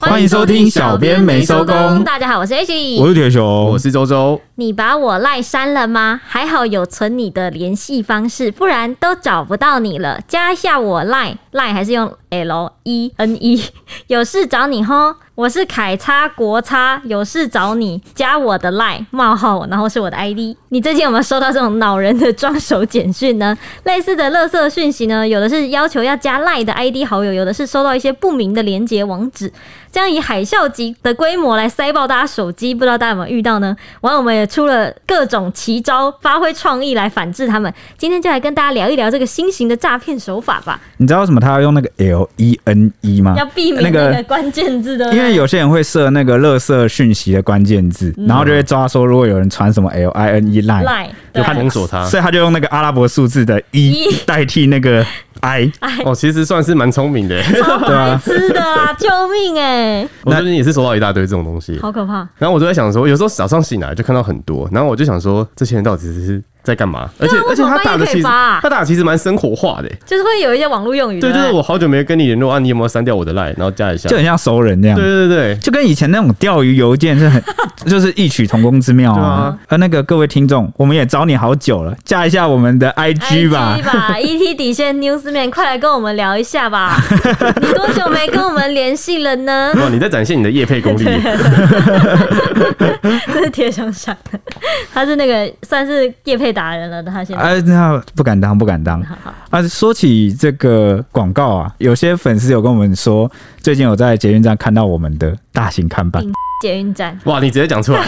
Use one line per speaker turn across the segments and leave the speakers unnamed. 欢迎收听小编没收工
大家好，我是 H，
我是铁熊，
我是周周，
你把我赖删了吗？还好有存你的联系方式，不然都找不到你了。加一下我赖赖还是用 L E N E，有 事找你吼。我是凯叉国叉，有事找你，加我的赖冒号，然后是我的 ID。你最近有没有收到这种恼人的装熟简讯呢？类似的垃圾讯息呢，有的是要求要加赖的 ID 好友，有的是收到一些不明的连接网址。这样以海啸级的规模来塞爆大家手机，不知道大家有没有遇到呢？网友们也出了各种奇招，发挥创意来反制他们。今天就来跟大家聊一聊这个新型的诈骗手法吧，
你知道为什么他要用那个 L E N E 吗？
要避免
那
那
个
个关键字的，
因为有些人会设那个垃圾讯息的关键字，
嗯
然后就会抓说如果有人传什么 L I N E line，
赖
就
对
封锁他。
所以他就用那个阿拉伯数字的
一啊
E 代替 那个 I。
哦，其实算是蛮聪明的。
超白痴的啦，救命哎、
我最近也是收到一大堆这种东西，
好可怕！
然后我就在想说，有时候早上醒来就看到很多，然后我就想说，这些人到底是在干嘛？而且
为
而
什
且
么
他打
半夜
的
可以
其实
发啊
他打的其实蛮生活化的。欸
就是会有一些网络用语，
对，
不
就是我好久没跟你联络啊，你有没有删掉我的 line，然后加一下？
就
对
很像熟人那样。
对对，
就跟以前那种钓鱼邮件是很，就是异曲同工之妙啊。呃，那个各位听众，我们也找你好久了，加一下我们的 IG 吧
IG。吧，ET 底线 Newsman，快来跟我们聊一下吧！你多久没跟我们联系了呢？
哇，哦你在展现你的业配 功力，
这是铁熊想的，他是那个算是叶配达人了，他现在。
哎，那不敢当，不敢当
好好
啊！说起这个广告啊，有些粉丝有跟我们说，最近有在捷运站看到我们的大型看板
嗯，捷运站，
哇，你直接 讲出来。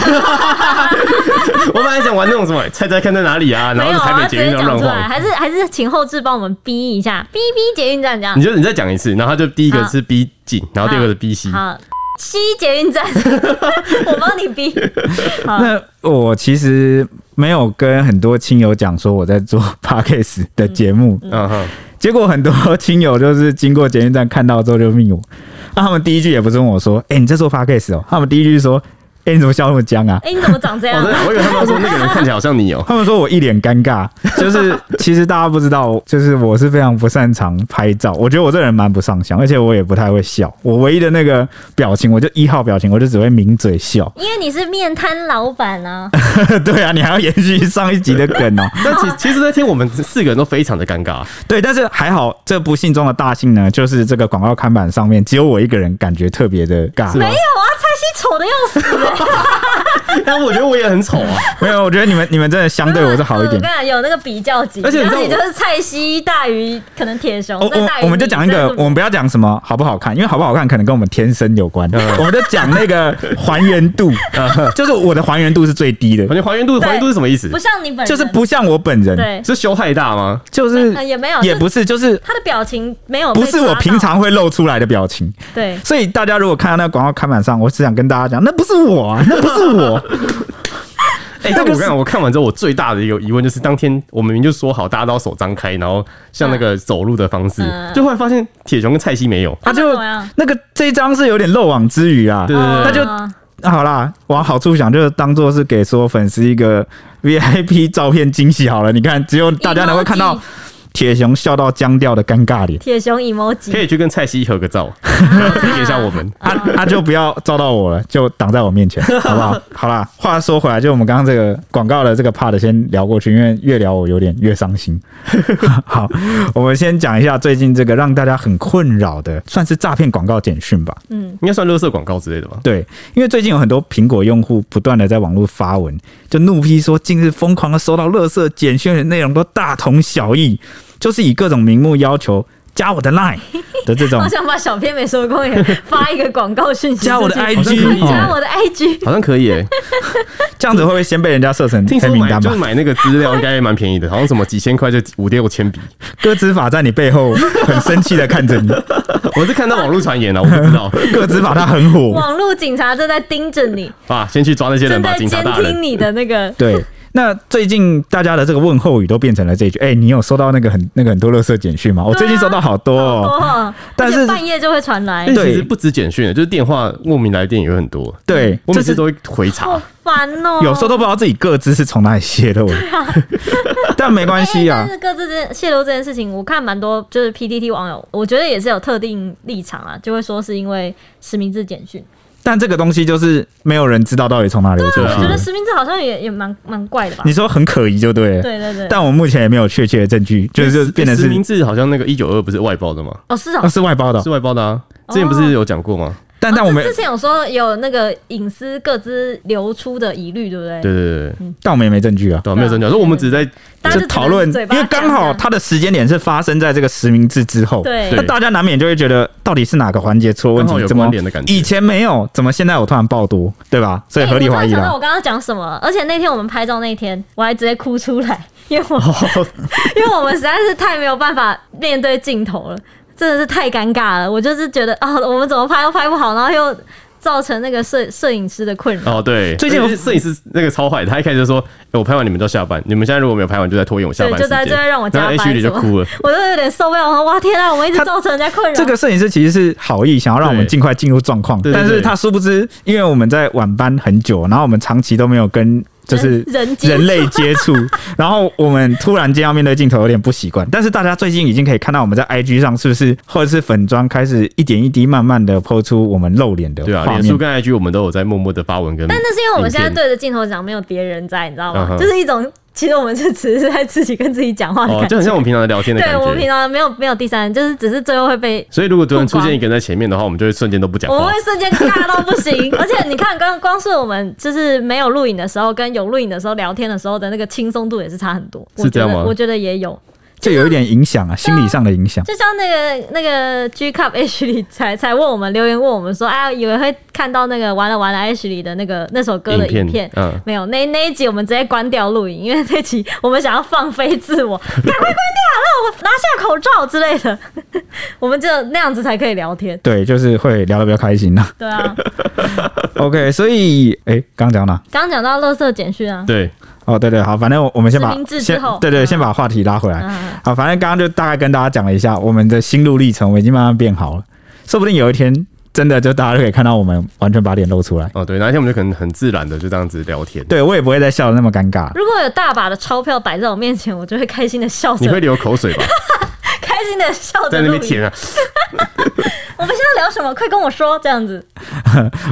我本来想玩那种什么猜猜看在哪里啊，然
没
后
有
是台
啊，
北
直
捷
接
运的
讲
乱
出来，
晃。
还是还是请后置帮我们逼一下，逼逼捷运站这样
你。就你再讲一次，然后他就第一个
好
是 B 进，然后第二个是 B 西。
嗯
好，西捷运站， 我帮你 逼。好，
嗯
那我其实没有跟很多亲友讲说我在做 podcast 的节目，
嗯哼，
结果很多亲友就是经过捷运站看到之后就密我，那、他们第一句也不是问我说：“哎、你在做 podcast 哦？”他们第一句是说：“哎、你怎么笑那么僵啊
哎，你怎么长这样
哦，真？的，我以为他们要说那个人看起来好像 你哦？”。
他们说我一脸尴尬，就是其实大家不知道，就是我是非常不擅长拍照，我觉得我这人蛮不上相，而且我也不太会笑。我唯一的那个表情，我就一号表情，我就只会抿嘴笑。
因为你是面摊老板啊，
对啊，你还要延续上一集的梗哦。
但其其实那天我们四个人都非常的尴尬，
对，但是还好，这不幸中的大幸呢，就是这个广告看板上面只有我一个人感觉特别的尬
是。
没
吗
有？啊，蔡西丑的要死，啊
但我觉得我也很丑啊，
没有，我觉得你们你们真的相对我是好一
我跟
点
你。讲，有那个比较级，
而且你
然
知道
后你就
我
是蔡西大于可能铁熊，
我
再哦大于
我我们就
你
讲一
真
个
的不，
我们不要讲什么好不好看，因为好不好看可能跟我们天生有关。
嗯
我们就讲那个还原度，就是我的还原度是最低的
感，觉还原度
对
还原度是什么意思
不？像你本人，
就是不像我本人，
对，
是修太大吗？
就是
呃也没有
也
就
不是，就是
他的表情没有被
不是
抓
我
到
平常会露出来的表情。
对。
所以大家如果看到那个广告看板上，我只想跟大家讲，那不是我啊，那不是 我。
哎，但我看我看完之后，我最大的一个疑问就是，当天我们明明就说好大家都要手张开，然后像那个走路的方式
嗯，
就后来发现铁熊跟蔡西没有。
他们
他就
啊怎么样
那个这一张是有点漏网之鱼啊。
对对对，
那就
嗯
那好啦，往好处想，就当做是给所有粉丝一个 VIP 照片惊喜好了。你看，只有大家能够看到
Emoji
铁熊笑到僵掉的尴尬脸，
铁熊 emoji，
可以去跟蔡西合个照，
啊
提点一下我们。
他他啊就不要照到我了，就挡在我面前，好不好？好啦，话说回来，就我们刚刚这个广告的这个 part 先聊过去，因为越聊我有点越伤心。好，我们先讲一下最近这个让大家很困扰的，算是诈骗广告简讯吧。
嗯，
应该算垃圾广告之类的吧？
对，因为最近有很多苹果用户不断的在网络发文，就怒批说近日疯狂的收到垃圾简讯的内容都大同小异，就是以各种名目要求加我的 Line 的这 种
好，想把小编没说过也发一个广告讯息，
加我的
就是
IG
哦
加我的 IG，
好像可以诶、
这样子会不会先被人家设成
听
黑
说
名
买
单
就
吧
是？买那个资料应该蛮便宜的，好像什么几千块就五六千笔。
歌词法在你背后很生气的 看着你，
我是看到网络传言了，我不知道
歌词法他很火，
网络警察正在盯着你，
啊，先去抓那些人
正
吧，
在
警察
监
大人
听。你的那个
对。那最近大家的这个问候语都变成了这一句：“哎、你有收到那个很那个很多垃圾简
啊
讯吗？”我最近收到好多、哦。
哦，
但
而且
是哎
半夜就会传来
因，为
对
其实不止简讯的，就是电话莫名来电也会很多。
对，
我
就
每次
是
都会回查，
好烦哦。
有时候都不知道自己各自是从哪里泄露的。
啊
但没关系
哎
啊
但，是各自这泄露这件事情，我看蛮多就是 PTT 网友，我觉得也是有特定立场啊，就会说是因为实名制简讯。
但这个东西就是没有人知道到底从哪里流出
我
对啊
去
觉得
的。
实名制好像也也蛮蛮怪的吧
嗯你？说很可疑就对了，
啊对对对，
但我目前也没有确切的证据，就是就变成
实
是
名制，好像那个一九二不是外包的吗？
哦是
那
哦，
是外包的哦
是，外包的啊，之前不是有讲过吗？
但但
哦
我
这
们
之前有说有那个隐私各自流出的疑虑，对不对？
对对对对
但我们也没证据啊。
对啊，没有真假，所以我们只是在
嗯大家只能
就讨论，
嘴
因
巴
为刚好
讲
它的时间点是发生在这个实名制之后，
对
那大家难免就会觉得到底是哪个环节出了问
刚好
题，
有
怎么
关联的感觉
以前没有，怎么现在我突然爆多，对吧？所以
哎
合理怀疑
我突然想到
啦
我。刚刚讲什么了，而且那天我们拍照那天，我还直接哭出来，因为我
哦
因为我们实在是太没有办法面对镜头了，真的是太尴尬了。我就是觉得啊、我们怎么拍都拍不好，然后又造成那个摄摄影师的困扰。
哦对，
最近有
而且摄影师那个超坏，他一开始就说：“哎，我拍完你们就要下班，你们现在如果没有拍完，就在拖延我下班
对，
时
就在
间。”
就在让我加
然后
班
H 里
什
就
么
哭了，
我都有点受不了。我说哇天啊，我们一直
他
造成人家困扰。
这个摄影师其实是好意，想要让我们
对
尽快进入状况，
对对
但是
对
他殊不知，因为我们在晚班很久，然后我们长期都没有跟就是
人人接触
人类接 触，然后我们突然间要面对镜头，有点不习惯。但是大家最近已经可以看到我们在 IG 上是不是，或者是粉砖开始一点一滴慢慢的剖出我们露脸的
对啊，
画
脸
面
书。跟 IG 我们都有在默默的发文跟，
但那是因为我们现在
影片
对着镜头讲，没有别人在，你知道吗
嗯哼
就是一种，其实我们就只是在自己跟自己讲话的
哦
感，觉。
就很像我们平常的聊天的感
对我们平
觉。
常没有没有第三人，就是只是最后会被
所以如果突然出现一个人在前面的话，我们就会瞬间都不讲
我们
话
会。瞬间尬到不行。 而且你看，刚光是我们就是没有录影的时候，跟有录影的时候聊天的时候的那个轻松度也是差很多。
是这样吗
我觉得我觉得也有，
就有一点影响啊，心理上的影响。
就像那个 那个 G Cup H 里才才问我们留言问我们说，哎呀，以为会看到那个完了完了 H 里的那个那首歌的影片。
影片嗯
没有，那那一集我们直接关掉录影，因为那集我们想要放飞自 我，赶快关掉，让我拿下口罩之类的， 我们就那样子才可以聊天。
对，就是会聊得比较开心 啦。
对啊，
OK，所以哎，刚讲哪？
刚讲到垃圾简讯啊，
对，
哦，对对，好，反正我我们先把
实名制之
先
后
对对，
嗯
先把话题拉回来。
嗯，
好，反正刚刚就大概跟大家讲了一下我们的心路历程，我们已经慢慢变好了，说不定有一天真的就大家就可以看到我们完全把脸露出来。
哦对，哪一天我们就可能很自然的就这样子聊天。
对我也不会再笑的那么尴尬。
如果有大把的钞票摆在我面前，我就会开心的笑
你会
着，
流口水 吧？
开心的笑着
在那边舔
录影
啊，
我们现在聊什么？快跟我说，这样子。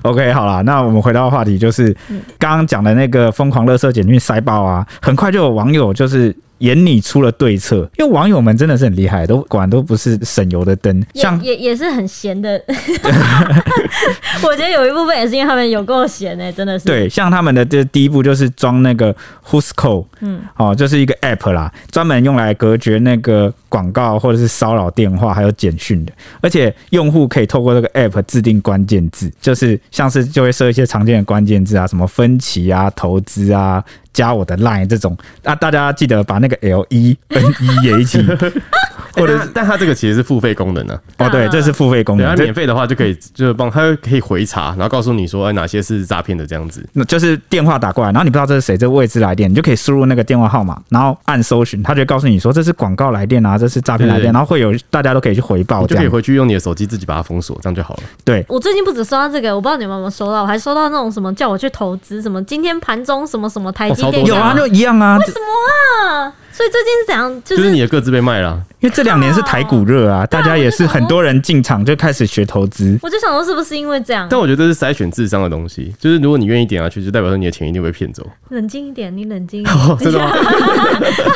OK，好啦，那我们回到话题，就是
嗯
刚刚讲的那个疯狂垃圾简讯塞爆啊，很快就有网友就是。眼里出了对策，因为网友们真的是很厉害，都果然都不是省油的灯。
也
像
也也是很闲的， 我觉得有一部分也是因为他们有够闲呢，真的是。
对，像他们的这第一步就是装那个 Whosco，嗯，哦，就是一个 app 啦，专门用来隔绝那个广告或者是骚扰电话还有简讯的，而且用户可以透过这个 app 制定关键字，就是像是就会设一些常见的关键字啊，什么分歧啊、投资啊。加我的 line 这种，那、大家记得把那个 L 一 N 一也一起，或
或
者
者
是
但它这个其实是付费功能啊，
哦，对，这是付费功
对，
能
它，
这
免费的话就可以就是帮它可以回查，然后告诉你说哎哪些是诈骗的这样子。
那就是电话打过来，然后你不知道这是谁，这未知来电，你就可以输入那个电话号码，然后按搜寻，他就会告诉你说这是广告来电啊，这是诈骗来
对
电，然后会有大家都可以去回报
你就
哦这
可以
样。
回去用你的手机自己把它封锁，这样就好了。
对，
我最近不止收到这个，我不知道你们有没有收到，我还收到那种什么叫我去投资，什么今天盘中什么什么台积
哦超
电
多
有
的
啊，就一样啊，这
啊，所以最近是怎样？就
就是
是
你的各自被卖了，
因为这两年是台股热啊，大家也是很多人进场就开始学投资。
我就想说是不是因为这样？
但我觉得这是筛选智商的东西，就是如果你愿意点下去，就代表说你的钱一定会被骗走。
冷静一点，你冷静一点，
哦，真的吗？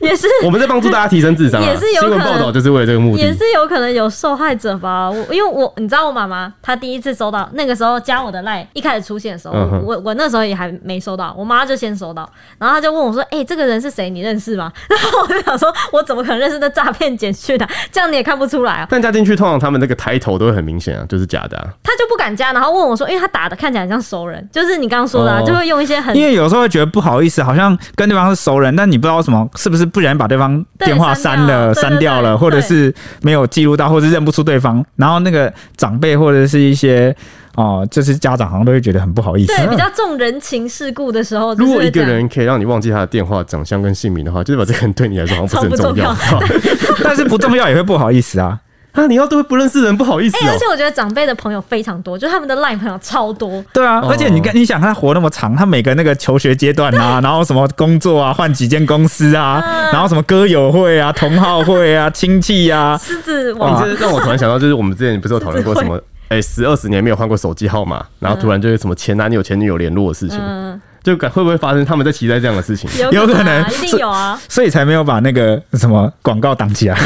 也是
我们在帮助大家提升智商啊，
也是有
新闻
可能
报道就是为了这个目
也
的。
是有可能有受害者吧。我因为我你知道我妈妈她第一次收到那个时候加我的赖一开始出现的时候，
嗯哼
我我那时候也还没收到，我妈就先收到，然后她就问我说：“哎、这个人是谁？你认识吗？” 然后我就想说，我怎么可能认识那诈骗简讯啊？这样你也看不出来啊。
但加进去，通常他们那个抬头都会很明显啊，就是假的、啊。
她就不敢加，然后问我说：“因为哎她打的看起来很像熟人，就是你刚刚说的、啊，
哦
就会用一些很
因为有时候会觉得不好意思，好像跟对方是熟人，但你不知道为什么是不是不然把对方
对
电话
删
删了、
掉
删掉
对对对
了，或者是没有记录到，或者是认不出对方，然后那个长辈或者是一些哦，这是家长好像都会觉得很不好意思。
对，比较重人情世故的时候，
啊如
就
果
是
一
这
个
样
人可以让你忘记他的电话、长相跟姓名的话，就是把这个人对你来说好像不是
超不
很重要。
但是不重要也会不好意思啊。
啊，你要对不认识人不好意思
哎、而且
哦。
我觉得长辈的朋友非常多，就他们的 LINE 朋友超多，
对啊，
哦
而且你看，你想他活那么长，他每个那个求学阶段 啊，然后什么工作啊，换几间公司啊，然后什么歌友会啊、同好会啊、 亲戚啊，
狮子
你
王
这让我突然想到，就是我们之前不是有讨论过什么？哎，十二十年没有换过手机号码，然后突然就是什么前男友、前女友联络的事情，
嗯，
就感会不会发生他们在期待这样的事情？
有
有
可
可
能、啊，
能
一定有啊。
所以才没有把那个什么广告挡 起来，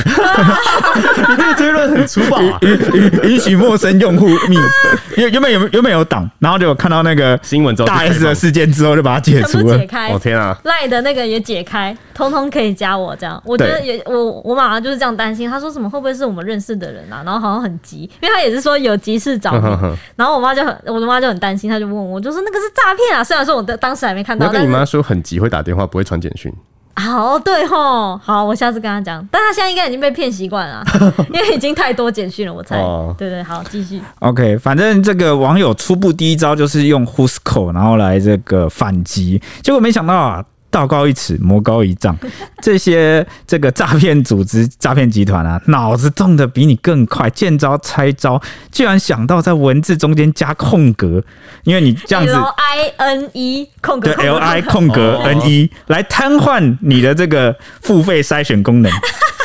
你这个结论很粗暴啊！
允允允许陌生用户密。 原原本有原本有挡，然后就看到 那个
新闻之后就
大
开放
S 的事件之后，就把它解
全
除
部
了
解。开
我、。天啊！
赖的那个也解开，通通可以加我这样。我觉得
对
也我我妈妈就是这样担心，她说什么会不会是我们认识的人啊？然后好像很急，因为她也是说有急事找
哼哼
你。
哼
然后我妈就很我妈就很担心，她就问我，我就说那个是诈骗啊。虽然说我的当时还没看
你
到，
要跟
但
你
是
妈说很急，会打电话，不会传简讯。
好对吼，好我下次跟她讲。但她现在应该已经被骗习惯了，因为已经太多简讯了，我猜。
哦
对对，好继续。
OK，反正这个网友初步第一招就是用 Who'sco，然后来这个反击，结果没想到啊。道高一尺，魔高一 丈。这些这个诈骗组织、诈骗集团啊，脑子动得比你更快，见招拆招，居然想到在文字中间加空格，因为你这样子
L I N E 空格
对 L I
空格
空格
哦
N 一来瘫痪你的这个付费筛选功 能，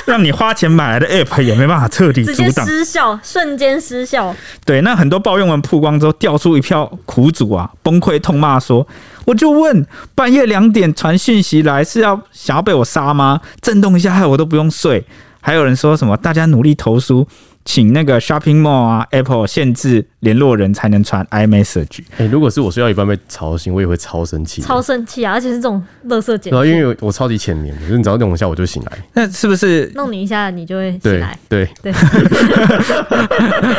让你花钱买来的 App 也没办法彻底
直接
阻挡。
失效，瞬间失效。
对，那很多抱怨文曝光之后，调出一票苦主啊，崩溃痛骂说：“我就问，半夜两点传讯息来是要想要被我杀吗？震动一下害我都不用睡。”还有人说什么大家努力投书，请那个 Shopping Mall 啊 Apple 限制联络人才能传 iMessage。
哎、如果是我睡到一半被吵醒，我也会超生气。
超生气啊！而且是这种垃圾简
对啊，因为我超级浅眠的，就是你只要弄一下我就醒来。
那是不是
弄你一下你就会醒
对
来。
对，
对，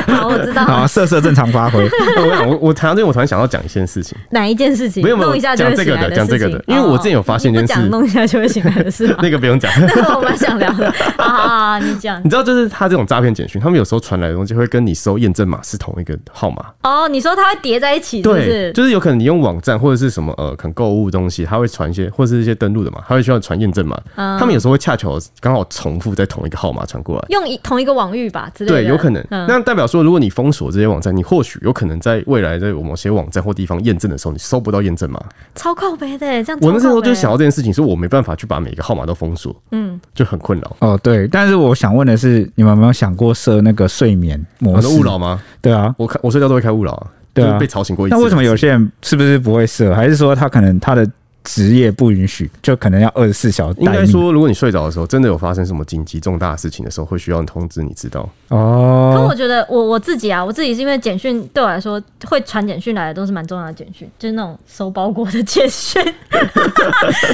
好，我知道
好色色啊正常发挥？
我想我我常常我突然想到讲一件事情，
哪一件事情
没有没有
弄一下就
讲
会
这
醒
个
来
的讲这
事
个
情
的。因为我之前有
哦
发现一
你不
件事
讲弄一下就会醒来的事 吗？
那个不用讲。
那个我蛮想聊的。好好好，你讲
你。知道，就是他这种诈骗简讯，他们有时候传来的东西会跟你收验证码是同一个号码。
哦，你说它会叠在一起，是不是？
就是有可能你用网站或者是什么呃，可能购物东西，他会传一些或是一些登录的嘛，他会需要传验证码。
嗯
他们有时候会恰巧刚好重复在同一个号码传过来。
用一同一个网域吧之类的。
对，有可能。
嗯
那代表说，如果你封锁这些网站，你或许有可能在未来在某些网站或地方验证的时候，你收不到验证码。
超靠背的，这样。
我那时候就想，到这件事情，所以我没办法去把每个号码都封锁，
欸嗯，
就很困扰。
哦，对，但是我想问的是，你们有没有想过设那个睡眠模
我
式？
的勿扰吗？
对啊，
我看我睡觉都会开勿扰啊，
对啊
就是被吵醒过一次。
那为什么有些人是不是不会设？还是说他可能他的职业不允许，就可能要二十四小时
应
待命？
该说，如果你睡着的时候，真的有发生什么紧急重大的事情的时候，会需要人通知你知道。
可我
哦，
觉得我我自己啊，我自己是因为简讯对我来说会传简讯来的都是蛮重要的简讯，就是那种收包裹的简 讯，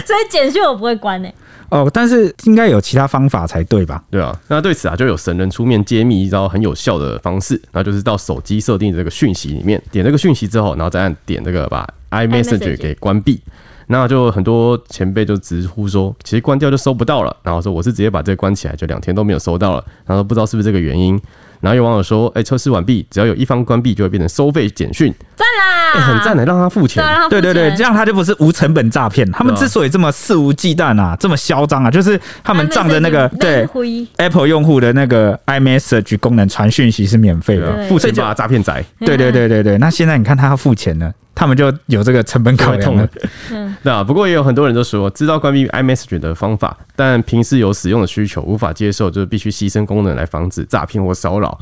所以简讯我不会关欸诶、
哦，但是应该有其他方法才对吧？
对啊，那对此啊，就有神人出面揭秘一招很有效的方式，那就是到手机设定的这个讯息里面点这个讯息之后，然后再按点这个把 iMessage
iMessage
给关闭。那就很多前辈就直呼说，其实关掉就收不到了。然后说我是直接把这个关起来，就两天都没有收到了。然后不知道是不是这个原因。然后有网友说，哎、测试完毕，只要有一方关闭，就会变成收费简讯，
赞啦，
哎、很赞的、让他付钱
对啊，。让他付
对对对，
钱
这样他就不是无成本诈骗。他们
对啊
之所以这么肆无忌惮啊，这么嚣张啊，就是他们仗着那个
iMessage
对
内灰
Apple 用户的那个 iMessage 功能传讯息是免费
对
的。
啊，
对
付钱吧，诈骗仔。
对对对对对，那现在你看他要付钱了，他们就有这个成本考
会
量
痛
了
的。
嗯
那、不过也有很多人都说，知道关闭 iMessage 的方法，但平时有使用的需求，无法接受，就是必须牺牲功能来防止诈骗或骚扰。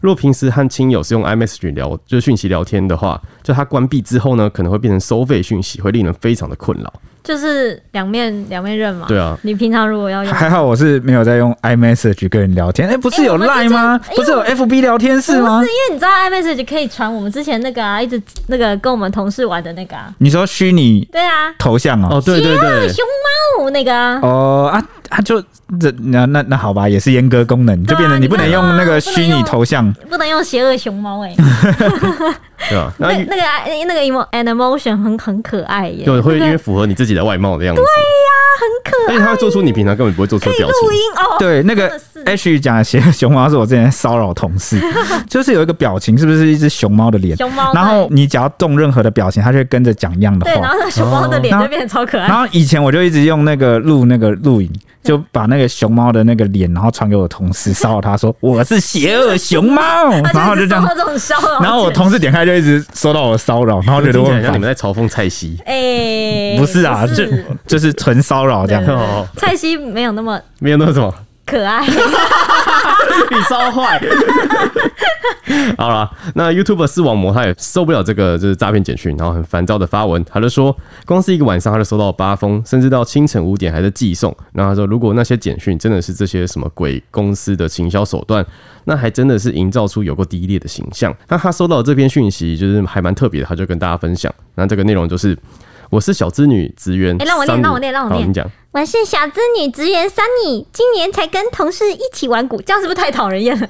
若平时和亲友是用 iMessage 聊，就是讯息聊天的话，就它关闭之后呢，可能会变成收费讯息，会令人非常的困扰。
就是两面两面刃嘛。
对啊
你平常如果要用，
还好我是没有在用 iMessage 跟人聊天。哎、不是
哎
有
我们
Line
之前
吗？
哎
不是有 FB 聊天室
不
吗
是？因为你知道 iMessage 可以传我们之前那个啊，一直那个跟我们同事玩的那个啊，
你说虚拟
对啊，
头像哦？
哦，对对对，
熊猫那个啊，
哦啊，他就这那那那好吧，也是阉割功能，
对
就
啊
变成你不能用那个虚拟头像。
不能用邪恶熊猫 哎、
对吧？那
啊那那个那个 emo an emotion 很很可爱耶，
对，会
那
因
个
为符合你自己的外貌的样
啊
子，
很可
而且他会做出你平常根本不会做出
可
的
以
表
录
情。
音哦，
对，那个
真的是
H 讲的邪 恶熊猫是我之前骚扰同 事，就是有一个表情，是不是一只熊猫的脸？
熊猫
然后你只要动任何的表情，它就会跟着讲一样的
对，然
话。
后那熊猫的脸
哦
就变得超可爱
然。后以前我就一直用那个录那个录影，就把那个熊猫的那个脸，然后传给我同事，骚扰他说我是邪恶熊猫，然后啊就这样
他，是受到这种骚扰，
然后我同事点开就一直收到我的骚扰，然后觉得
听
我
起来
很
像你
烦
们。在嘲讽蔡西。
哎，
不是啊，就就是纯骚扰这样。
对
哦，
蔡西没有那么
没有那个什么，
可爱，
你烧坏。 好了，那 YouTube 视网膜他也受不了这个就是诈骗简讯，然后很烦躁的发文，他就说，光是一个晚上他就收到八封，甚至到清晨五点还在寄送。然后他说，如果那些简讯真的是这些什么鬼公司的行销手段，那还真的是营造出有过低劣的形象。那他收到这篇讯息就是还蛮特别的，他就跟大家分享。那这个内容就是。我是小织女职员，
哎让我念
Sunny
让我念让我
好
念
你讲，
我是小资女职员 Sunny，今年才跟同事一起玩股，这样是不是太讨人厌了？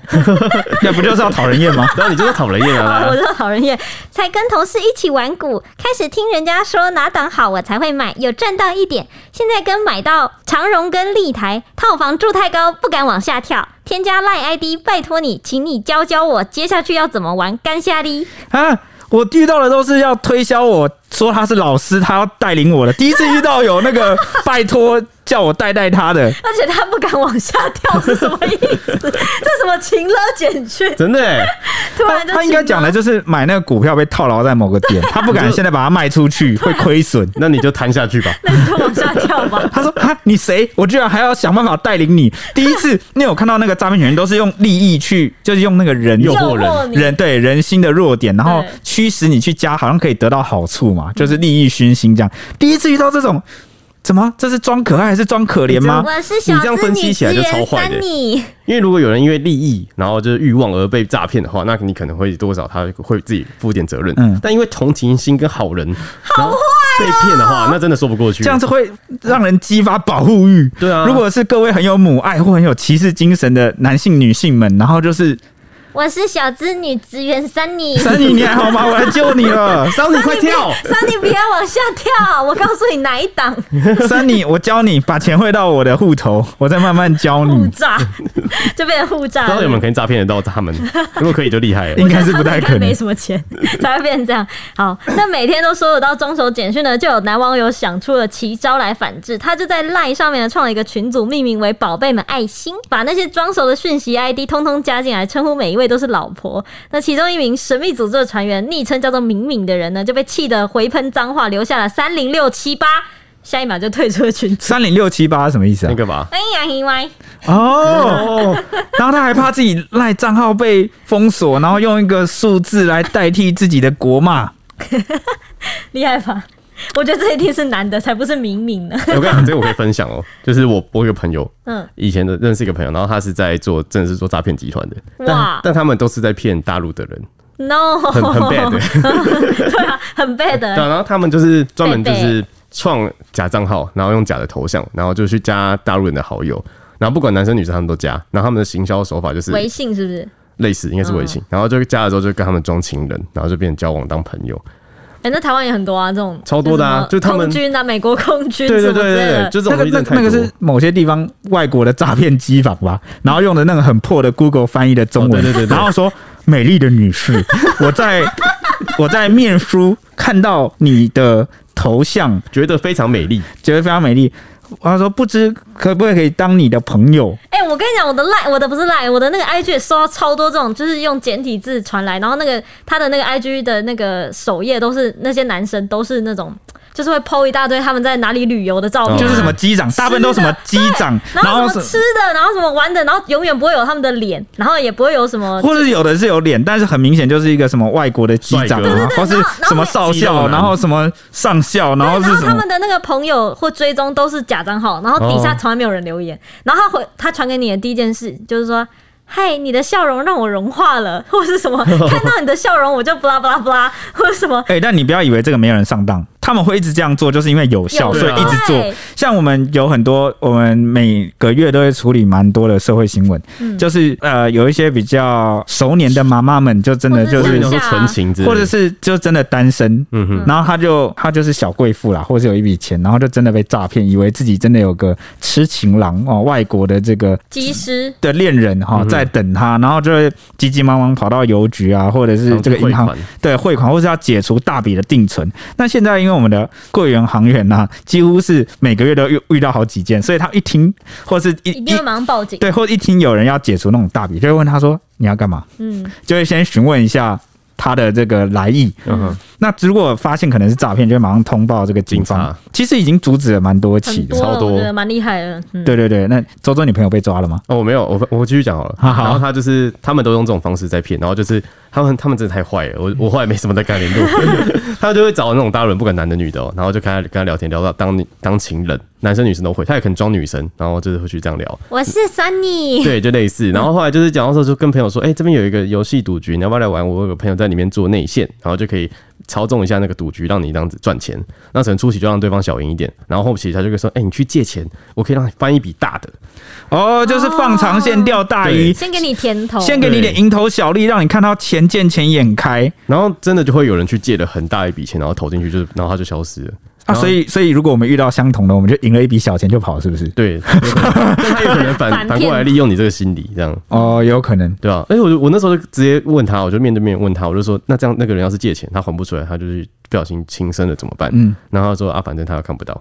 那不就是要讨人厌 吗？
然后你就是讨人厌啊！来
我说讨人厌，才跟同事一起玩股，开始听人家说哪档好我才会买，有赚到一点。现在跟买到长荣跟立台套房住太高，不敢往下跳。添加 Line ID，拜托你，请你教教我接下去要怎么玩，干下哩。
啊，我遇到的都是要推销我说他是老师，他要带领我的。第一次遇到有那个拜托叫我带带他的，
而且他不敢往下跳是什么意思？这什么情勒简讯？
真的哎、
突
他
然就
他应该讲的
情
就是买那个股票被套牢在某个点，他不敢现在把它卖 出去，会亏损。
那你就摊下去吧。
勒， 那你就往下跳吧。
他说：“啊，你谁？我居然还要想办法带领你。第一次，因为我看到那个诈骗群都是用利益去，就是用那个人
诱惑人
你
人对人心的弱点，然后
对
驱使你去加，好像可以得到好处嘛，就是利益熏心这样。第一次遇到这种，怎么这是装可爱还是装可怜吗？
我是小
啊你这样
资
分析
女
起
职
来就超
员
坏的
Sunny。
因为如果有人因为利益，然后就是欲望而被诈骗的话，那你可能会多少他会自己负点责任。
嗯
但因为同情心跟好人，好坏、被骗的话，那真的说不过去。
这样子会让人激发保护欲。
对啊
如果是各位很有母爱或很有骑士精神的男性、女性们，然后就是
我是小资女职员 Sunny。
三姨，你还好吗？我来救你 了。
桑尼快跳！
Sunny 不要往下跳，我告诉你哪一档
嗯
三姨，我教你把钱汇到我的户头，我再慢慢教
互
哦
你。
炸，就变成互炸
不知道有没有可以诈骗得到他们？如果可以就厉害了。
应该是不太可
他们应该
能
没。什么钱才会变成这样。好，那每天都收得到中手简讯呢，就有男网友想出了奇招来反制，他就在 LINE 上面呢创了一个群组，命名为“宝贝们爱心”，把那些装熟的讯息 ID 通通加进来，称呼每一位都是老婆。那其中一名神秘组织的船员，昵称叫做敏敏的人呢，就被气得回喷脏话，留下了三零六七八，下一秒就退出了群组。
三零六七八什么意思啊
那？个吧，
哎呀，因为
哦，然后他还怕自己赖账号被封锁，然后用一个数字来代替自己的国骂。
厉害吧？我觉得这一定是男的，才不是敏敏呢。
哎我跟你讲，这个我可以分享哦。就是我我有个朋友，
嗯，
以前的认识一个朋友，然后他是在做，真的是做诈骗集团的，但
哇
但他们都是在骗大陆的人，
No，
很很 bad 欸。
对啊，很 bad
对
的。
啊，然后他们就是专门就是创假账号，然后用假的头像，然后就去加大陆人的好友，然后不管男生女生他们都加，然后他们的行销手法就是
微信是不是？
类似，应该是微信，然后就加了之后就跟他们装情人，然后就变成交往当朋友，
哎、那台湾也很多啊，这种
超多的啊
什么
就他们
空军啊，美国空军
对
什么
对
之
对
类
对
的
对，就这
那
种东
个
西
那
真的
那
太
个
多
是某些地方外国的诈骗机房吧，然后用的那个很破的 Google 翻译的中文，
哦对对对对
然后说美丽的女士，我在我在面书看到你的头像，
觉得非常美丽，
觉得非常美丽。他说不知可不可以当你的朋友？
哎、我跟你讲，我的赖，我的不是赖，我的那个 IG 也收到超多这种，就是用简体字传来，然后那个他的那个 IG 的那个首页都是那些男生都是那种，就是会 PO 一大堆他们在哪里旅游的照片、
哦
啊，
就是什么机长，大部分都什么机长，
然后什么
是
吃的，然后什么玩的，然后永远不会有他们的脸，然后也不会有什么
或者有的是有脸，但是很明显就是一个什么外国的机
帅
长
哥
啊，或是什么少
对对对然后
校，然后什么上校，然后
对，然
是
后
什
他
么
们？的那个朋友或追踪都是假账号，然后底下
哦
从来没有人留言。然后他回他传给你的第一件事就是说：“嗨，你的笑容让我融化了， 或是什么看到你的笑容我就不啦不啦不啦，或者什么。”
哎、但你不要以为这个没有人上当，他们会一直这样做，就是因为有效，
有
所以一直做
对。
像我们有很多，我们每个月都会处理蛮多的社会新闻，
嗯
就是呃，有一些比较熟年的妈妈们，就真的就
我以为
是
你，要说纯情之类的，
或者是就真的单身，
嗯哼，
然后她就她就是小贵妇啦，或者有一笔钱，然后就真的被诈骗，以为自己真的有个痴情郎哦，外国的这个
及时
的恋人哈、
嗯
在等他，然后就会急急忙忙跑到邮局啊，或者是这个银
然
行
后去汇款
对汇款，或是要解除大笔的定存。那现在因为我们的柜员行员呐、几乎是每个月都遇遇到好几件，所以他一听或是一
一定
一
会马上报警。
对，或者一听有人要解除那种大笔，就会问他说你要干嘛，
嗯，
就会先询问一下他的这个来意。
嗯哼，
那如果发现可能是诈骗，就会马上通报这个警
警
方
察。
其实已经阻止了蛮多起
很
的
多，
超
了，
多
我觉得蛮厉害的。嗯，
对对对。那周周女朋友被抓了吗？
哦，我没有，我我继续讲好了。
好好
然后他就是他们都用这种方式在骗，然后就是他们他们真的太坏了，我我后来没什么在跟他联 络，他就会找那种大人不管男的女的、哦，然后就跟他跟他聊天，聊到当当情人，男生女生都会，他也可能装女生，然后就是会去这样 聊，
我是 Sunny，
对，就类似。然后后来就是讲到时候就跟朋友说，哎、这边有一个游戏赌局，你要不要来玩？我有个朋友在里面做内线，然后就可以操纵一下那个赌局，让你这样子赚钱。那可能初期就让对方小赢一点，然后后期他就会说，哎、你去借钱，我可以让你翻一笔大的。
哦，就是放长线钓大鱼。
先给你甜头，
先给你一点蝇头小利，让你看到钱见钱眼开
然后真的就会有人去借了很大一笔钱，然后投进去，就是然后他就消失了。
啊！
然后
所以，所以如果我们遇到相同的，我们就赢了一笔小钱就跑，是不是？
对，有可能但他有可能反
反
反过来利用你这个心理，这样
哦，有可能。
对吧、啊？哎，我就我那时候就直接问他，我就面对面问他，我就说，那这样那个人要是借钱，他还不出来，他就是不小心轻生了怎么办？
嗯
然后他说啊，反正他看不到，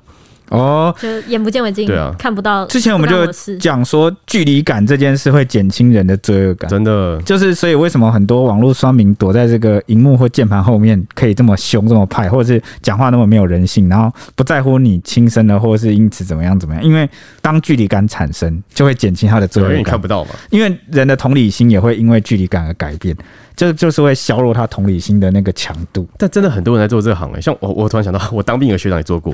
哦，
就眼不见为净，
对啊
看不到。
之前我们
不干
就
我的事
讲说距离感这件事会减轻人的罪恶感，
真的
就是所以为什么很多网络酸民躲在这个荧幕或键盘后面可以这么凶、这么派，或者是讲话那么没有人性，然后不在乎你亲生的，或者是因此怎么样怎么样？因为当距离感产生，就会减轻他的罪
对啊，因为
恶
你看
感。
不到嘛。
因为人的同理心也会因为距离感而改变，这就是会削弱他同理心的那个强度。
但真的很多人在做这个行业，像我，我突然想到，我当兵有学长也做过，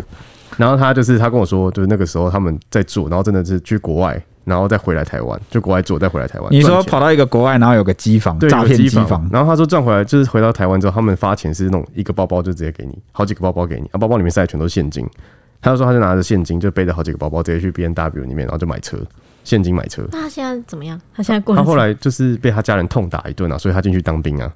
然后他就是他跟我说，就是那个时候他们在做，然后真的是去国外，然后再回来台湾，就国外做再回来台湾。
你说
赚钱
跑到一个国外，然后有个机房
哦对
诈
有
骗
机
机房，
然后他说赚回来就是回到台湾之后，他们发钱是那种一个包包就直接给你，好几个包包给你，啊，包包里面塞的全都是现金。他就说他就拿着现金就背着好几个包包直接去 B N W 里面，然后就买车，现金买车。
那他现在怎么样？他现在过得
他后
怎么样
来就是被他家人痛打一顿啊，所以他进去当兵啊，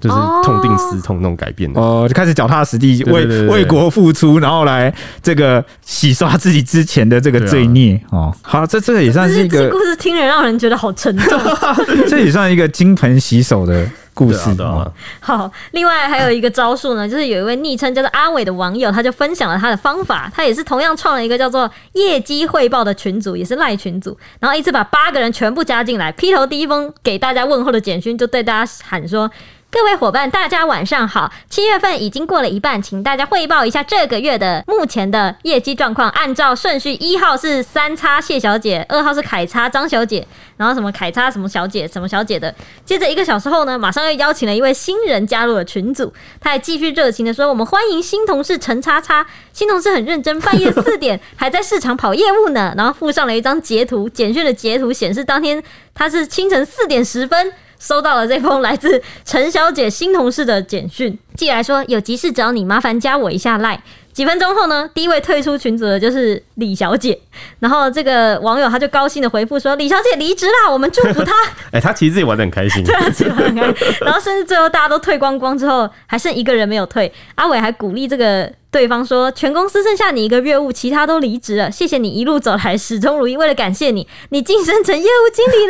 就是
哦
痛定思痛那种改变的。
哦，就开始脚踏实地
对对
为
对对对
为国付出，然后来这个洗刷自己之前的这个罪孽、
啊
哦。好，这这也算是一
这
个
这，故事听着让人觉得好沉重。
这也算一个金盆洗手的故
对
事哦
啊，对啊，
好，另外还有一个招数呢， 就是有一位昵称叫做阿伟的网友，他就分享了他的方法。他也是同样创了一个叫做“业绩汇报”的群组，也是赖群组，然后一次把八个人全部加进来，劈头第一封给大家问候的简讯，就对大家喊说。各位伙伴，大家晚上好！七月份已经过了一半，请大家汇报一下这个月的目前的业绩状况。按照顺序，一号是三叉谢小姐，二号是凯叉张小姐，然后什么凯叉什么小姐什么小姐的。接着一个小时后呢，马上又邀请了一位新人加入了群组，他还继续热情的说：“我们欢迎新同事陈叉叉，新同事很认真，半夜四点还在市场跑业务呢。”然后附上了一张截图，简讯的截图显示当天他是清晨四点十分。收到了这封来自陈小姐新同事的简讯，寄来说有急事找你，麻烦加我一下赖。几分钟后呢，第一位退出群组的就是李小姐，然后这个网友他就高兴的回复说：“李小姐离职啦，我们祝福她。”
哎、他其实自己玩的很开心。
他喜欢很开心然 后甚至最后大家都退光光之后，还剩一个人没有退。阿伟还鼓励这个对方说：“全公司剩下你一个业务，其他都离职了，谢谢你一路走来始终如一。为了感谢你，你晋升成业务经理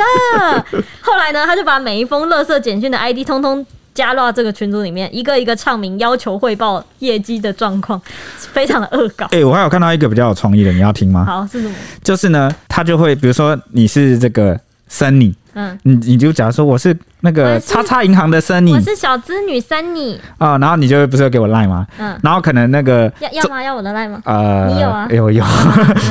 了。”后来呢，他就把每一封垃圾简讯的 ID 通通。加入到这个群组里面，一个一个唱名，要求汇报业绩的状况，非常的恶搞。
哎、我还有看到一个比较有创意的，你要听吗？
好，是什么？
就是呢，他就会比如说你是这个森尼，
嗯，
你你就假如说我是那
我
个
是
叉叉银行的森尼
我是小资女三你，
啊，然后你就不是会给我赖吗？
嗯，
然后可能那个
要要吗？要我的赖吗？
呃，
你有啊
有 有，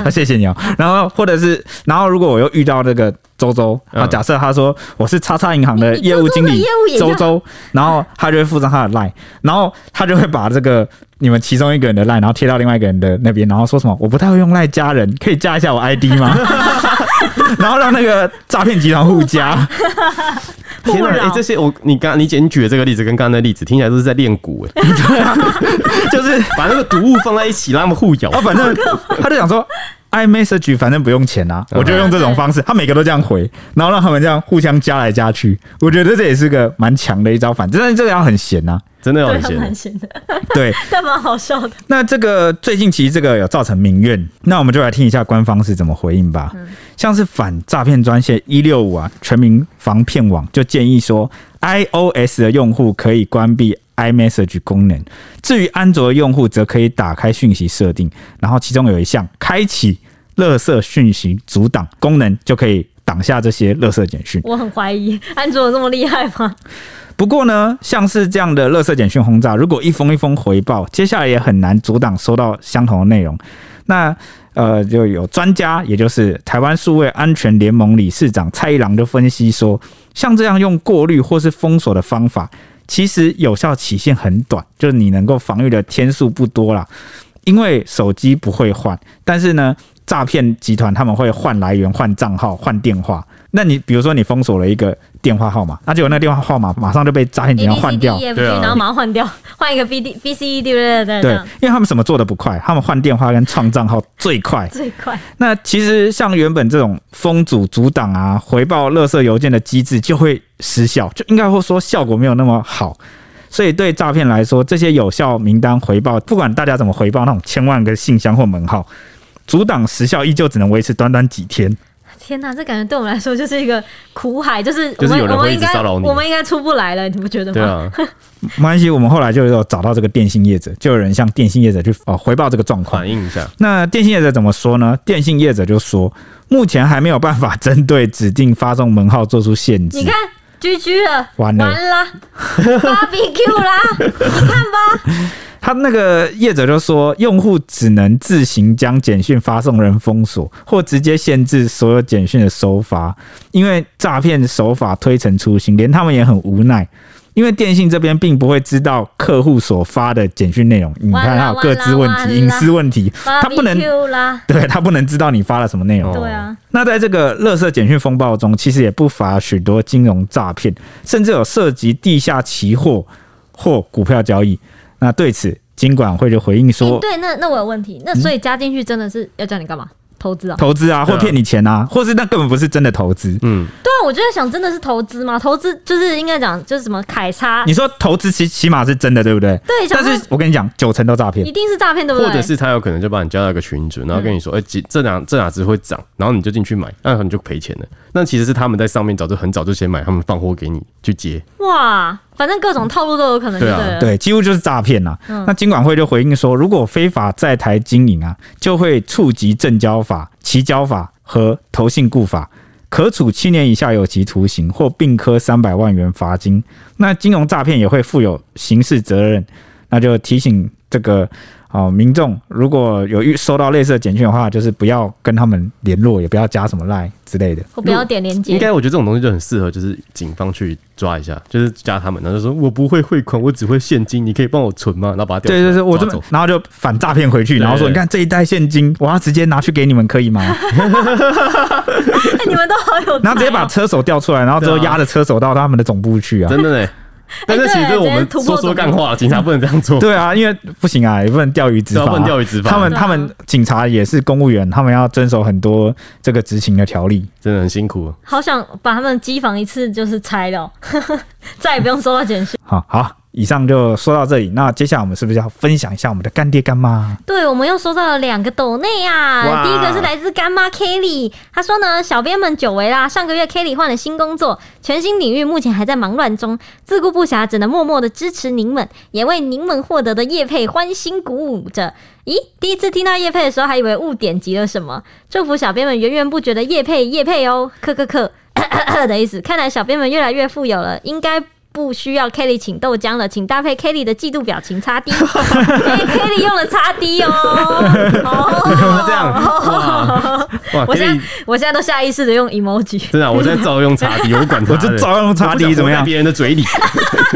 谢谢你哦。然后或者是，然后如果我又遇到那个周周，
嗯
啊，假设他说我是叉叉银行的
你你
业务经
周周
理
的业务也就
周周，然后他就会附上他的 line，然后他就会把这个你们其中一个人的 line，然后贴到另外一个人的那边，然后说什么我不太会用 line 加人，可以加一下 我 ID 吗？然后让那个诈骗集团互加，
不
天哪！哎、
扰
这些我你刚你姐你举的这个例子跟刚刚的例子听起来都是在练蛊 哎、就是把那个毒物放在一起，让他们互咬。
啊，反正他就想说。iMessage 反正不用钱啊，我就用这种方式，他每个都这样回，然后让他们这样互相加来加去，我觉得这也是个蛮强的一招反，但是这个要很闲呐、
真的要
对，
很
很
闲欸
蛮。闲的，
对，
但蛮好笑的。
那这个最近其实这个有造成民怨，那我们就来听一下官方是怎么回应吧。像是反诈骗专线一六五啊，全民防骗网就建议说，iOS 的用户可以关闭 iMessage 功能，至于安卓的用户则可以打开讯息设定，然后其中有一项开启垃圾讯息阻挡功能，就可以挡下这些垃圾简讯。
我很怀疑安卓有这么厉害吗？
不过呢，像是这样的垃圾简讯轰炸，如果一封一封回报，接下来也很难阻挡收到相同的内容。那呃，就有专家，也就是台湾数位安全联盟理事长蔡一郎就分析说，像这样用过滤或是封锁的方法，其实有效期限很短，就是你能够防御的天数不多啦。因为手机不会换，但是呢，诈骗集团他们会换来源、换账号、换电话。那你比如说你封锁了一个电话号码，那结果那个电话号码马上就被诈骗集
A
团
B C
换
D
掉。
E F
对
G，
啊
然后马上换掉，换一个 B D B C E D 对对
对
对，，
因为他们什么做的不快，他们换电话跟创账号最快。
最快。
那其实像原本这种封阻、阻挡啊、回报垃圾邮件的机制就会失效，就应该会说效果没有那么好。所以对诈骗来说，这些有效名单回报，不管大家怎么回报那种千万个信箱或门号，阻挡时效依旧只能维持短短几天。
天哪，这感觉对我们来说就是一个苦海，就是我
就是
们
有人
我
会
们
一
应
直
该
骚扰你
我们应该出不来了，你不觉得吗？
对啊，
没关系，我们后来就有找到这个电信业者，就有人向电信业者去哦回报这个状况
反。映一下。
那电信业者怎么说呢？电信业者就说，目前还没有办法针对指定发送门号做出限制。
你看。居居了，
完了
啦，BBQ 啦，
他那个业者就说，用户只能自行将简讯发送人封锁，或直接限制所有简讯的收发，因为诈骗手法推陈出新，连他们也很无奈。因为电信这边并不会知道客户所发的简讯内容，你
完
看
了
他有各自问
完了完了
题、隐私问题， 他不能
BBQ 啦，
对他不能知道你发了什么内容。
哦
对啊，
那在这个垃圾简讯风暴中，其实也不乏许多金融诈骗，甚至有涉及地下期货或股票交易。那对此，金管会就回应
诶
说，
哎对，那那我有问题，那所以加进去真的是要叫你干嘛？投资啊？
嗯投资啊，
对啊
或骗你钱啊，或是那根本不是真的投资。
嗯，
对啊，我就在想，真的是投资吗？投资就是应该讲就是什么凯撒，
你说投资起起码是真的，对不对？
对，想
但
说
是我跟你讲，九成都诈骗
一。定是诈骗， 对不嗯
或者
对？
是他有可能就把你加到一个群组，然后跟你说，哎、这这哪这哪只会涨，然后你就进去买，那你就赔钱了。那其实是他们在上面早就很早就先买，他们放货给你去接。
哇，反正各种套路都有可能，
对啊
对了
对，几乎就是诈骗啦。
嗯
那金管会就回应说，如果非法在台经营啊，就会触及证交法、期交法和投信雇法，可处七年以下有期徒刑或并科三百万元罚金。那金融诈骗也会负有刑事责任，那就提醒这个。哦，民众如果有遇收到类似的简讯的话，就是不要跟他们联络，也不要加什么 line 之类的。
我不要点连接
应，该我觉得这种东西就很适合，就是警方去抓一下，就是加他们，然后就说我不会汇款，我只会现金，你可以帮我存吗？然后把它
对对对，我这
抓
么
走。
然后就反诈骗回去，然后说
对对对
你看这一袋现金，我要直接拿去给你们，可以吗？
哎你们都好有才哦，
然后直接把车手调出来，然后之后压着车手到他们的总部去啊。
真的呢。
哎
但是其实我们说说干话，警察不能这样做。
对啊，因为不行啊，也不能钓鱼执
对
法、
啊
啊，
不能钓鱼执法
他们
对啊
他们警察也是公务员，他们要遵守很多这个执勤的条例。
真的很 辛苦。
好想把他们机房一次就是拆了， 再也不用收到简讯。
好好，以上就说到这里。那接下来我们是不是要分享一下我们的干爹 干妈？
对，我们又收到了两个抖内
哇
啊，第一个是来自干妈 Kelly，她说呢，小编们久违啦，上个月 Kelly 换了新工作，全新领域目前还在忙乱中，自顾不暇，只能默默的支持您们，也为您们获得的业配欢欣鼓舞着。咦，第一次听到叶配的时候，还以为误点击了什么。祝福小编们源源不绝的叶配叶配哦，克克克咳咳咳 的意思。看来小编们越来越富有了，应该不需要 Kelly 请豆浆了，请搭配 Kelly 的嫉妒表情擦 D。哎、k e l l y 用了擦 D 哦，
怎么这样？
哦，
哇，哇，
我
给
现
你
在我现在都下意识的用 emoji，
真的啊，我在照用茶滴，我管他
我
的，
就照用茶
我不
滴
想活
怎么
在
样
别人的嘴 里，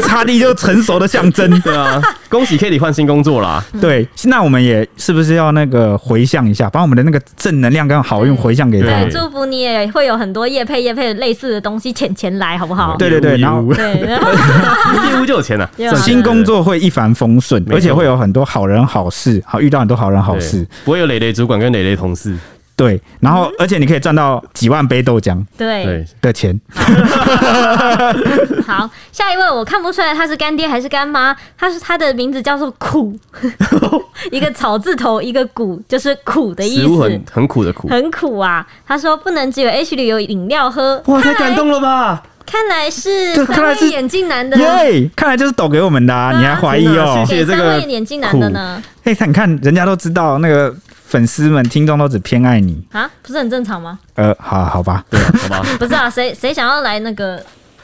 差地就是成熟的象征。
对啊，恭喜 Kitty 换新工作啦！
对，那我们也是不是要那个回向一下，把我们的那个正能量跟好运回向给他
对，
对？
祝福你也会有很多业配业配类似的东西钱钱来，好不好？
对对对，
业务
然后
对，然后
业务就有钱了，
对啊
新工作会一帆风顺，
没错
而且会有很多好人好事，好遇到很多好人 好事。
对，不会有磊磊主管跟磊磊同事，
对，然后而且你可以赚到几万杯豆浆
对，
对，
的钱。
好，下一位我看不出来他是干爹还是干妈，他是他的名字叫做苦， 一个草字头一个谷，就是苦的意
食物很
思。
很苦 的苦，
很苦啊！他说不能只有 H 里有饮料喝，
哇，
看
太
来
感动了吧！
看来是
这看
三
来是
位眼镜男的，
耶！看来就是抖给我们的，啊，
啊
你还怀疑
真的
哦
谢谢？
给
这
三
个
位眼镜男的呢？
哎，你看人家都知道，那个粉丝们、听众都只偏爱你。
啊，不是很正常吗？
呃，好好吧，
对啊， 好吧，
不是啊，谁谁想要来那个？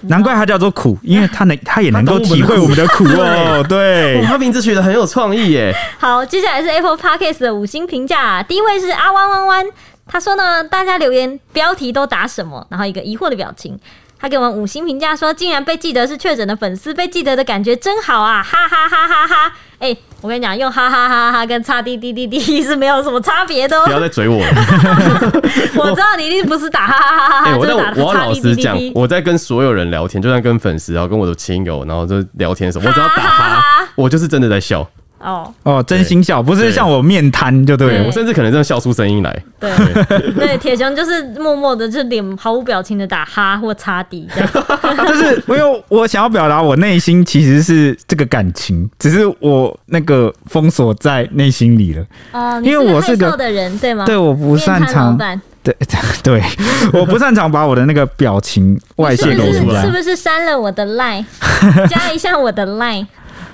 难怪他叫做苦，因为 他能，他也能够体会我们的苦哦。对
哎哇，，他名字取得很有创意 耶，
好，接下来是 Apple Podcast 的五星评价、第一位是阿弯弯弯，他说呢，大家留言标题都打什么，然后一个疑惑的表情。他给我们五星评价说，竟然被记得是确诊的粉丝，被记得的感觉真好啊，哈哈哈哈哈！哎、我跟你讲，用哈哈哈哈跟叉滴滴滴滴 是没有什么差别的
不
哦。
要再嘴 我了。
我知道你一定不是打哈哈哈哈，
哎、
哈，
我
就是
但我
打
我要
叉
老
滴
实
滴滴
讲，
滴。
我在跟所有人聊天，就算跟粉丝，然后跟我的亲友，然后就聊天的时候，我只要打
哈哈
哈
哈，
我就是真的在笑，
哦，
哦，真心笑，不是像我面瘫就对
对
了
我。 甚至可能真的笑出声音来。
对 对，铁熊就是默默的，就脸毫无表情的打哈或叉滴这样。
就是因为我想要表达我内心其实是这个感情，只是我那个封锁在内心里了。
哦，
因为我是
是
个
害臊的人，对吗？
对，我不
面
擅
瘫老
长，
板
对 对，我不擅长把我的那个表情外泄
是
给
不是
人
是
家。
不是删了我的 line，加一下我的 line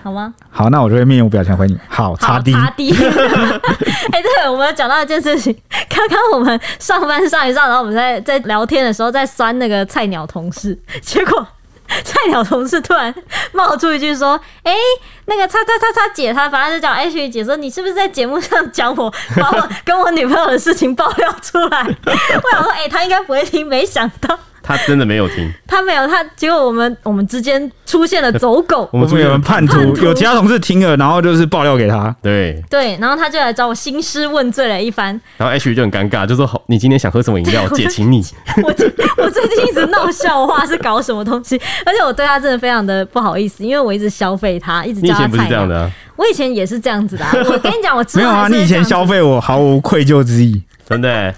好吗？
好，那我就会面无表情回你。好，
好
擦滴。
擦低。 哎，对，我们有讲到一件事情，刚刚我们上班上一上，然后我们在在聊天的时候在酸那个菜鸟同事， 结果。菜鸟同事突然冒出一句说：“哎、那个叉叉叉叉姐，她反正就叫 H 姐说，你是不是在节目上讲我把我跟我女朋友的事情爆料出来？” 我想说：“哎、她应该不会听。”没想到
他真的没有听，
他没有，他结果我们我们之间出现了走狗
我，
我
们
们有人叛
叛
徒，
徒
有其他同事听了，然后就是爆料给他。
对，
对，然后他就来找我兴师问罪了一番。
然后 H 就很尴尬，就说：“好，你今天想喝什么饮料？姐请你。
我最我最近一直闹笑话是搞什么东西，而且我对他真的非常的不好意思，因为我一直消费他，一直”
你以
叫他
前不是
菜
这样
鸟。
的、啊，
我以前也是这样子的啊、我跟你讲，我之
没
后
有啊，
还是会
你以前
这样
消
子
费我毫无愧疚之意。
真的欸、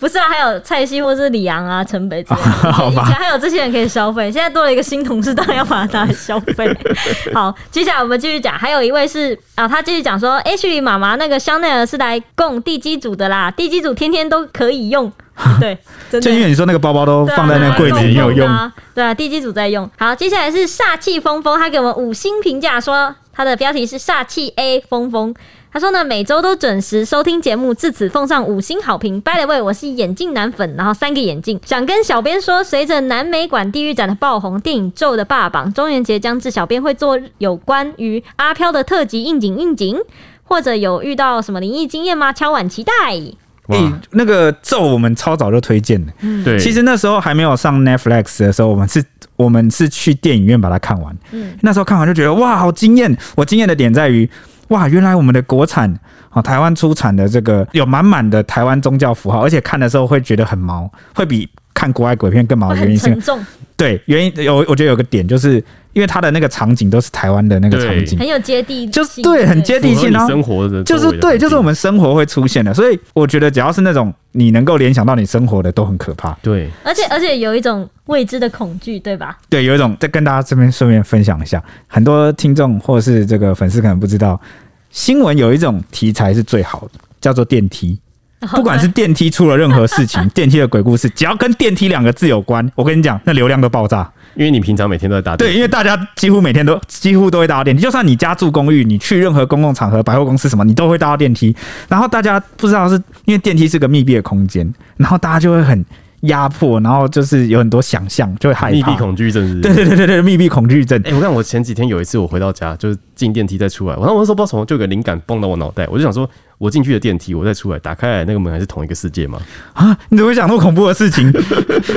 不是啊？还有蔡西或是李阳啊、陈北之类的，
好
以
吧
前还有这些人可以消费，现在多了一个新同事，当然要把它拿来消费。 好，接下来我们继续讲，还有一位是啊，他继续讲说，H 里妈妈那个香奈儿是来供地基组的啦，地基组天天都可以用， 对，真
就因
的。
为你说那个包包都
对啊
放在那个柜子里没有
弄
用
的，啊对啊，地基组在用。好，接下来是煞气风风，他给我们五星评价说，他的标题是煞气 A 风风。他说呢，每周都准时收听节目，至此奉上五星好评。By the way，我是眼镜男粉，然后三个眼镜。想跟小编说，随着南美馆地狱展的爆红，电影《咒》的霸榜，中元节将至，小编会做有关于阿飘的特辑应景应景，或者有遇到什么灵异经验吗？敲碗期待。
哎、
哇，
那个咒我们超早就推荐了。
嗯
对，
其实那时候还没有上 Netflix 的时候，我们是，我们是去电影院把它看完。
嗯
那时候看完就觉得哇，好惊艳！我惊艳的点在于，哇，原来我们的国产啊、哦台湾出产的这个有满满的台湾宗教符号，而且看的时候会觉得很毛，会比看国外鬼片更毛
会
的原
很
因是
沉，重，
对，原因有我觉得有个点就是因为它的那个场景都是台湾的那个
对
场景
很，有接地气，
就是对，很接地
符合
气，
你
然后
生活的
就是对，就是我们生活会出现的，所以我觉得只要是那种你能够联想到你生活的都很可怕。
对
而且而且有一种未知的恐惧，对 吧？
对，有一种再跟大家这边顺便分享一下，很多听众或是这个粉丝可能不知道，新闻有一种题材是最好的，叫做电梯。不管是电梯出了任何事情，电梯的鬼故事，只要跟电梯两个字有关，我跟你讲，那流量都爆炸。
因为你平常每天都在打
对，因为大家几乎每天都几乎都会搭到电梯，就算你家住公寓，你去任何公共场合、百货公司什么，你都会搭到电梯。然后大家不知道是因为电梯是个密闭的空间，然后大家就会很压迫，然后就是有很多想象，就会害怕。
密闭恐惧症是不
对
是。
对对对对，密闭恐惧症。
哎、我看我前几天有一次我回到家，就是进电梯再出来，然后我那时候不知道什么，就有个灵感蹦到我脑袋，我就想说，我进去的电梯，我再出来，打开来那个门还是同一个世界吗？
啊，你怎么会想那么恐怖的事 情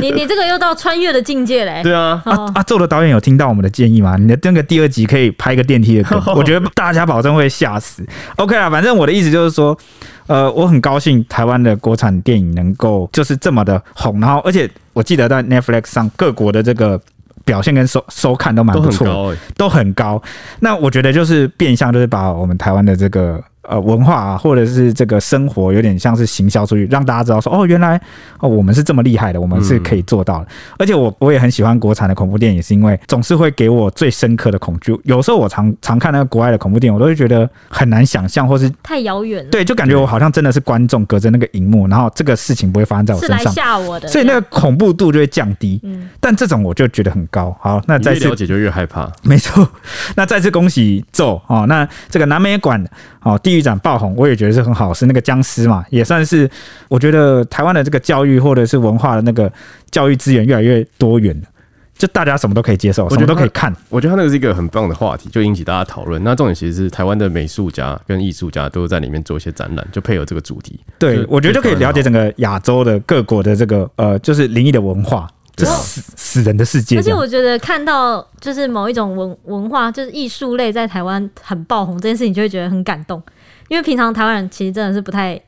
你你这个又到穿越的境界嘞、
对啊，
啊
哦，
啊！咒的导演有听到我们的建议吗？你的那个第二集可以拍一个电梯的
哦
梗，我觉得大家保证会吓死。OK 啦，反正我的意思就是说，呃，我很高兴台湾的国产电影能够就是这么的红，然后而且我记得在 Netflix 上各国的这个表现跟收收看都蛮
都
不
很
错的，
高哎、
都很高。那我觉得就是变相就是把我们台湾的这个呃文化啊，或者是这个生活，有点像是行销出去，让大家知道说哦，原来哦我们是这么厉害的，我们是可以做到的。而且我我也很喜欢国产的恐怖电影，是因为总是会给我最深刻的恐惧。有时候我常常看那个国外的恐怖电影，我都会觉得很难想象，或是
太遥远了，
对，就感觉我好像真的是观众隔着那个荧幕，然后这个事情不会发生啊在我
是
身
来
上。
吓我的。啊
所以那个恐怖度就会降低，
嗯
但这种我就觉得很高。好，那
你越
再次
了解就越害怕。
没错，那再次恭喜咒哦，那这个南美馆哦，地狱展爆红，我也觉得是很好，是那个僵尸嘛，也算是我觉得台湾的这个教育或者是文化的那个教育资源越来越多元了，就大家什么都可以接受，
觉
什
得
么都可以看。
我觉得他那个是一个很棒的话题，就引起大家讨论。那重点其实是台湾的美术家跟艺术家都在里面做一些展览，就配合这个主题。
对
就，
我觉得就可以了解整个亚洲的各国的这个呃，就是灵异的文化，这
对啊
死死人的世界
而
这
且
样。
我觉得看到就是某一种文文化，就是艺术类在台湾很爆红这件事情，就会觉得很感动，因为平常台湾人其实真的是不太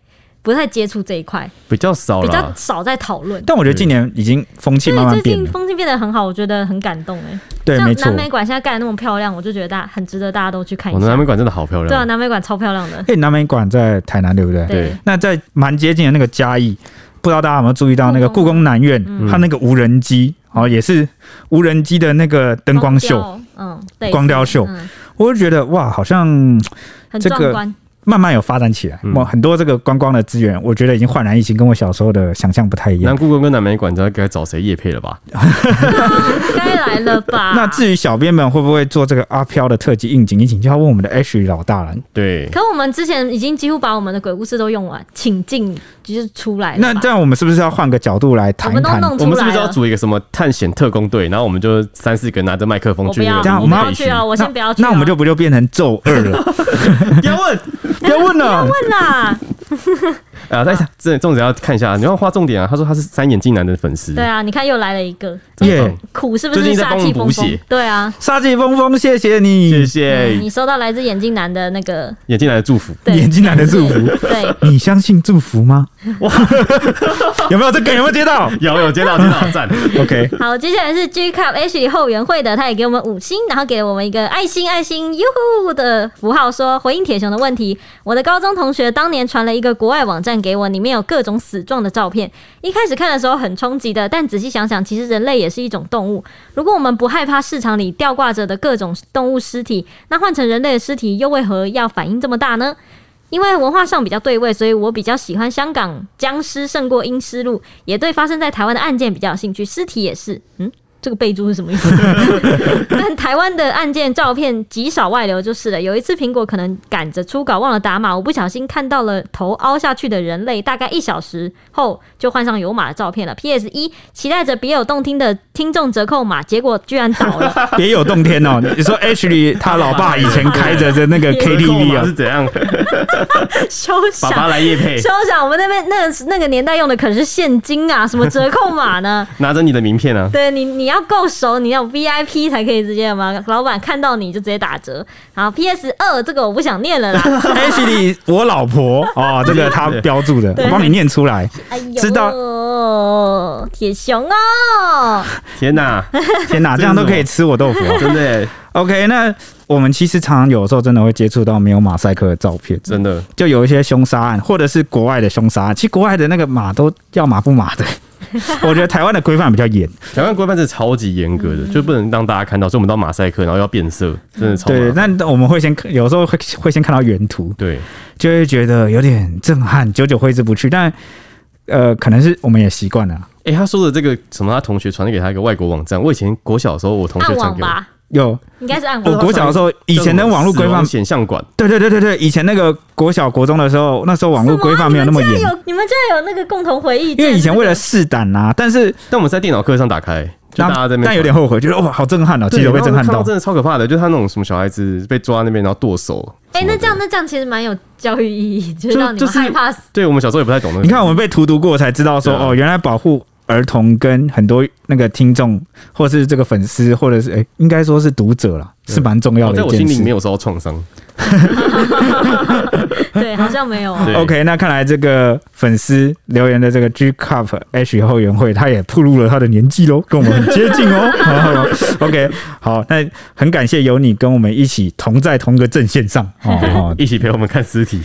不太接触这一块，
比较少
比较
啦。
少在讨论。
但我觉得今年已经风气
所
慢
以
慢
最
变
近
了，
风气变得很好，我觉得很感动哎、
对，
像
没错
南。美馆现在盖的那么漂亮，我就觉得大很值得大家都去看
我
一
们
下
南。美馆真的好漂
对啊，
亮，
南美馆超漂亮的。
哎，南美馆在台南，对不对？
对
那在蛮接近的那个嘉义，不知道大家有没有注意到那个
故
故
宫
宫南院，
嗯
它那个无人机哦，也是无人机的那个灯光秀，
雕，嗯，对，
光雕秀
嗯、
我就觉得哇，好像
很
这个
壮观。
慢慢有发展起来，
嗯
哇，很多这个观光的资源，我觉得已经焕然一新，跟我小时候的想象不太一样
嗯
南。故宫跟南美馆，知道该找谁叶配了吧？
该来了吧？
那至于小编们会不会做这个阿飘的特辑应景一景，就要问我们的 H 老大了。
对，
可我们之前已经几乎把我们的鬼故事都用完，请进就是出来了吧
那这样我们是不是要换个角度来
哎我
谈一
们都
谈？
弄
我
出
们是
来
不
啊
是要
了。
组一个什么探险特工队？然后我们就三四个拿着麦克风
我不
去那
要，
个
我
我
们
不
要
要去啊！我先不要去啊。
那我们就不就变成咒二 了？
不要问
不要问了，
问啦。
啊！但是这重点要看一下，你要画重点啊。他说他是三眼镜男的粉丝，
对啊，你看又来了一个
真
耶、
棒
苦，是不
最
是
近在
杀
帮我
气
们
风
补
风
血？哎
对啊，
杀气风风，谢谢你，
谢
嗯
谢
你收到来自眼镜男的那个
眼镜男的祝福。
对
眼镜男的祝福。
对。
你相信祝福吗？ 有没有这个？有没有接到
有有接到接到赞，
？OK，
好，接下来是 G Cup H 里后援会的，他也给我们五星，然后给了我们一个爱心爱心哟呼的符号说回应铁熊的问题。我的高中同学当年传了一个国外网站给我，里面有各种死状的照片。一开始看的时候很冲击的，但仔细想想，其实人类也是一种动物。如果我们不害怕市场里吊挂着的各种动物尸体，那换成人类的尸体又为何要反应这么大呢？因为文化上比较对位，所以我比较喜欢香港僵尸胜过阴尸路，也对发生在台湾的案件比较有兴趣，尸体也是，嗯。这个备注是什么意思？但台湾的案件照片极少外流就是了。有一次，苹果可能赶着初稿忘了打码，我不小心看到了头凹下去的人类，大概一小时后就换上有码的照片了。P.S. 一期待着别有洞听的听众折扣码，结果居然倒了。
别有洞天哦！你说 H 里他老爸以前开着的那个 KTV
是
啊，
怎样？
休
爸
想！
爸来夜配，
休想！我们那边那那个年代用的可是现金啊，什么折扣码呢？
拿着你的名片啊，
对你，你要够熟，你要 VIP 才可以直接吗？老板看到你就直接打折。好，PS 二这个我不想念了啦。
H 里我老婆哦，这个他标注的，
对
我帮你念出来。
哎呦，
知道
铁熊哦，
天哪，
天哪，这样都可以吃我豆腐哦、
真的
OK，那我们其实常常有时候真的会接触到没有马赛克的照片，
真的，
就有一些凶杀案，或者是国外的凶杀案。其实国外的那个马都要马不马的，我觉得台湾的规范比较严。
台湾规范是超级严格
嗯
的，就不能让大家看到，所以我们到马赛克，然后要变色，真的超麻
对，
烦
那我们会先有时候会会先看到原图，
对
就会觉得有点震撼，久久挥之不去。但呃，可能是我们也习惯了。
哎、他说的这个什么，他同学传给他一个外国网站，我以前国小的时候，我同学
暗
传
网
给我，
吧，
有，
应该是按
我
我
国小的时候，以前的网络规范，
显像管，
对对对对对，以前那个国小国中的时候，那时候网络规范没有那么严，
有你们居然有那个共同回忆，
因为以前为了试胆呐，但是
但我们是在电脑课上打开，就大家在那边
但有点后悔，觉得哇，好震撼哦，
对
记得被
然后
震撼
看
到。
真的超可怕的，就是他那种什么小孩子被抓那边，然后剁手什么的。
哎、那这样那这样其实蛮有教育意义，就是
就
让你
就
们
是
害 怕死。
对我们小时候也不太懂那个。
你看，我们被荼毒过才知道说，
对啊
哦，原来保护儿童跟很多那个听众，或是这个粉丝，或者是哎、应该说是读者啦，是蛮重要
我哦在
的一
我心
件
里没
事。
有受到创伤，
对，好像没有。
对
OK，那看来这个粉丝留言的这个 G Cup H 后援会，他也暴露了他的年纪喽，跟我们很接近哦。好 OK，好，那很感谢有你跟我们一起同在同个阵线上哦。哦
一起陪我们看尸体。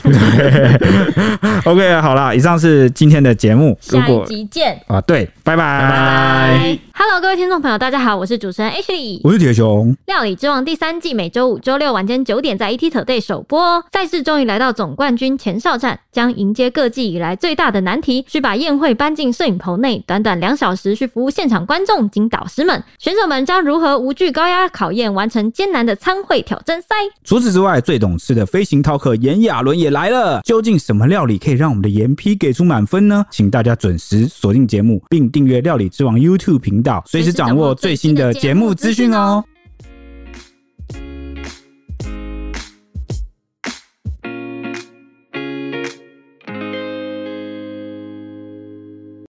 OK，好啦，以上是今天的节目。如
下一
果
集见
啊，对，拜拜，
拜。
！Hello，各位听众朋友，大家好，我是主持人 H 李。
我是铁熊。
嗯料理之王第三季每周五、周六晚间九点在 E ET Today 首播哦。赛事终于来到总冠军前哨战，将迎接各季以来最大的难题，需把宴会搬进摄影棚内。短短两小时去服务现场观众及导师们，选手们将如何无惧高压考验，完成艰难的参会挑战赛？
除此之外，最懂事的飞行饕客炎亚纶也来了。究竟什么料理可以让我们的炎批给出满分呢？请大家准时锁定节目，并订阅《料理之王》YouTube 频道，随时掌握最新的节目资讯哦。